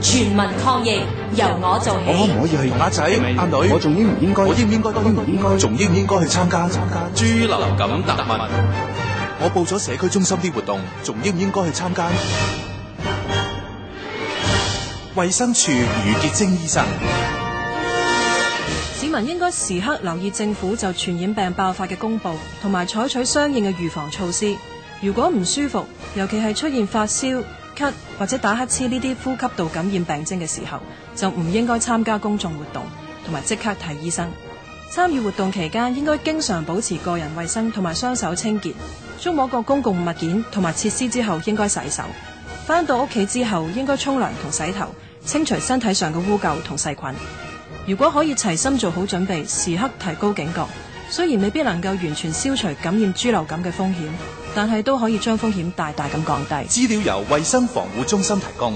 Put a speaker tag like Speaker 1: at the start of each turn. Speaker 1: 全民抗疫，由我做
Speaker 2: 我可唔
Speaker 1: 起。
Speaker 2: 可以去
Speaker 3: 阿仔阿女
Speaker 2: 我仲應唔應該？
Speaker 3: 我應唔應該
Speaker 2: 應唔應該？
Speaker 3: 仲應唔應該去參加？參加
Speaker 4: 猪流感特問，
Speaker 3: 我報咗社區中心啲活動，仲應唔應該去參加？衛生署余潔晶醫生，
Speaker 5: 市民應該時刻留意政府就傳染病爆發嘅公佈，同埋採取相應嘅預防措施。如果唔舒服，尤其係出現發燒、咳或者打乞嗤呢啲呼吸道感染病徵嘅時候，就唔應該參加公眾活動，同埋即刻睇醫生。參與活動期間應該經常保持個人衛生同埋雙手清潔，觸摸過公共物件同埋設施之後應該洗手。翻到屋企之後應該沖涼同洗頭，清除身體上嘅污垢同細菌。如果可以齊心做好準備，時刻提高警覺，雖然未必能夠完全消除感染豬流感嘅風險，但係都可以將風險大大咁降低。
Speaker 3: 資料由衛生防護中心提供。